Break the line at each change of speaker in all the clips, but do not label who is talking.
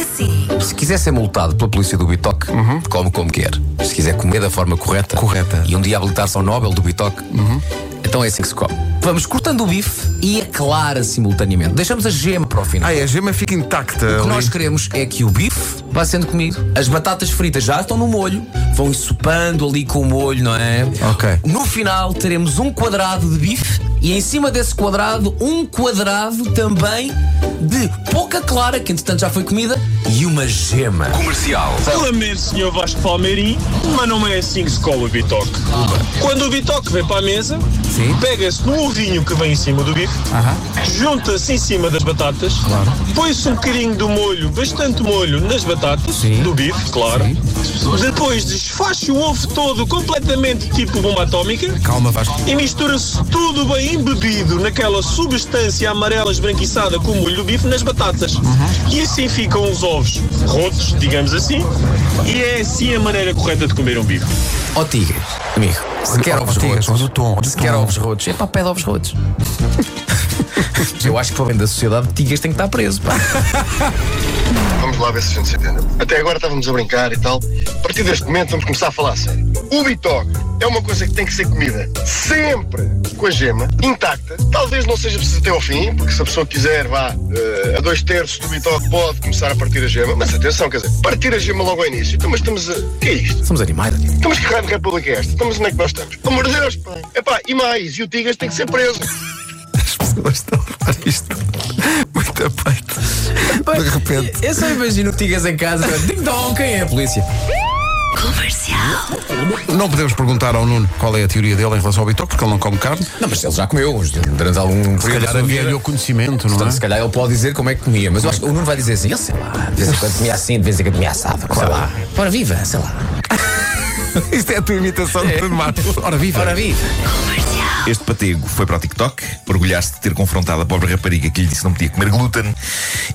assim.
quiser ser multado pela polícia do Bitoque, come como quer. Se quiser comer da forma correta,
Correta.
e um dia habilitar-se ao Nobel do Bitoque, então é assim que se come. Vamos cortando o bife e a clara simultaneamente. Deixamos a gema para o final.
Ah, é, a gema fica intacta.
O que
ali.
nós queremos é que o bife vá sendo comido. As batatas fritas já estão no molho, vão ensopando ali com o molho, não é?
Ok.
No final teremos um quadrado de bife e em cima desse quadrado, um quadrado também de pouca clara, que entretanto já foi comida, e uma gema.
Lamento, senhor Vasco Palmeirim, mas não é assim que se cola o bitoque. Quando o bitoque vem para a mesa, pega-se no ovinho que vem em cima do bife, junta-se em cima das batatas, põe-se um bocadinho do molho, bastante molho, nas batatas, do bife, claro. Depois desfaz-se o ovo todo completamente tipo bomba atómica
Calma, Vasco.
e mistura-se tudo bem embebido naquela substância amarela esbranquiçada com o molho do bife nas batatas. E assim ficam os ovos rotos, digamos assim, e é assim a maneira correta de comer um bife.
Ó tigre, amigo, se quer
ó,
ovos
tigres, mas
rotos.
o tom,
se
o tom.
quer ovos rotos, é para pé de ovos rotos. Eu acho que para bem da sociedade, tigres tem que estar preso. Pá.
Vamos lá ver se a gente se entende. Até agora estávamos a brincar e tal. A partir deste momento vamos começar a falar a sério. O bitoque é uma coisa que tem que ser comida sempre com a gema intacta. Talvez não seja preciso até ao fim, porque se a pessoa quiser, vá eh, a dois terços do bitoque, pode começar a partir a gema. Mas atenção, quer dizer, partir a gema logo ao início. Então, mas estamos a. que é isto?
Somos animais, amigo.
Estamos que raio de república é esta? Estamos onde é que nós estamos? Pelo amor de Deus, pá. Epá, e mais, e o Tigas tem que ser preso.
As pessoas estão a levar isto muito a peito. De repente.
Eu só imagino que tigas em casa, ding-dong, quem é a polícia?
Não podemos perguntar ao Nuno qual é a teoria dele em relação ao bitoque, porque ele não come carne.
Não, mas ele já comeu uns- durante algum
Se calhar havia o conhecimento, não é?
Portanto, se calhar ele pode dizer como é que comia, mas eu acho que o Nuno vai dizer assim, eu sei lá, de vez em quando comia assim, de vez em quando comia assado, sei lá. Ora viva, sei lá.
Isto é a tua imitação de Nuno Matos. Ora viva.
Ora viva.
Este patego foi para o TikTok, orgulhar-se de ter confrontado a pobre rapariga que lhe disse que não podia comer glúten,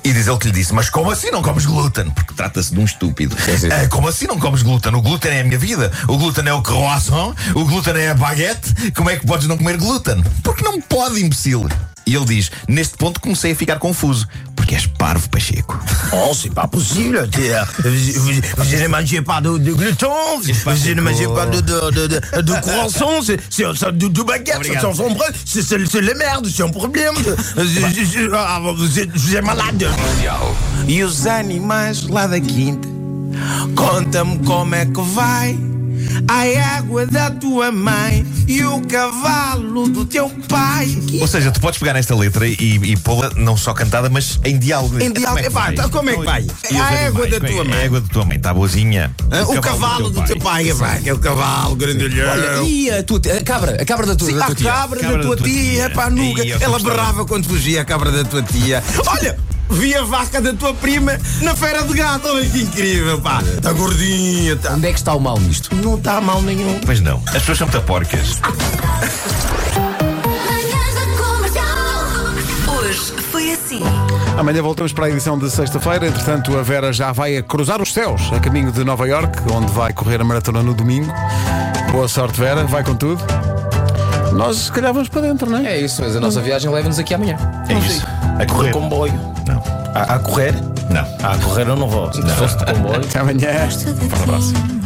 e diz ele que lhe disse: Mas como assim não comes glúten? Porque trata-se de um estúpido.
sim.
"Ah, como assim não comes glúten? O glúten é a minha vida, o glúten é o croissant, o glúten é a baguete. Como é que podes não comer glúten? Porque não pode, imbecil. E ele diz: Neste ponto comecei a ficar confuso, porque és parvo, Pacheco.
Oh, c'est pas possible. t'es, euh, Vous, vous- vous ne mangez pas de, de gluten, vous, vous ne mangez pas de, de, de, de, de croissant, c'est c'est- c'est de, de
É,
baguette, c'est sans ombre, c'est c'est- c'est les merdes, c'est un problème. Euh, je- je- je- ah, Vous êtes, vous êtes malade.
E os animais lá da quinta Conta-me como é que vai A água da tua mãe E o cavalo do teu pai
Ou seja, tu podes pegar nesta letra e, e pô-la não só cantada, mas em diálogo.
Em diálogo, epá, então como é que vai?
E os
A égua
animais, como
da
é
tua
que-
mãe.
A égua da tua mãe, está boazinha.
Ah, O cavalo do teu pai, vai, que é o cavalo grandalhão
E a tua a cabra, a cabra da tua,
Sim,
da tua
a
tia.
cabra da tua tia, pá, nunca.
Ia, eu
Ela
gostava.
berrava quando fugia a cabra da tua tia. Olha, vi a vaca da tua prima na feira de gado. Olha que incrível, pá. Está gordinha, tá.
Onde é que está o mal nisto?
Não
tá
está mal nenhum.
Pois não, as pessoas são muito porcas.
Ah,
Manhãs da Comercial. Hoje foi assim.
Amanhã voltamos para a edição de sexta-feira. Entretanto, a Vera já vai a cruzar os céus a caminho de Nova York, onde vai correr a maratona no domingo. Boa sorte, Vera. Vai com tudo. Nós, se calhar, vamos para dentro, não é?
É isso, mas a nossa viagem leva-nos aqui amanhã.
É isso. A correr.
Comboio.
Não.
A, correr?
Não.
A correr eu não vou.
Foste de comboio.
Até amanhã.
Um abraço.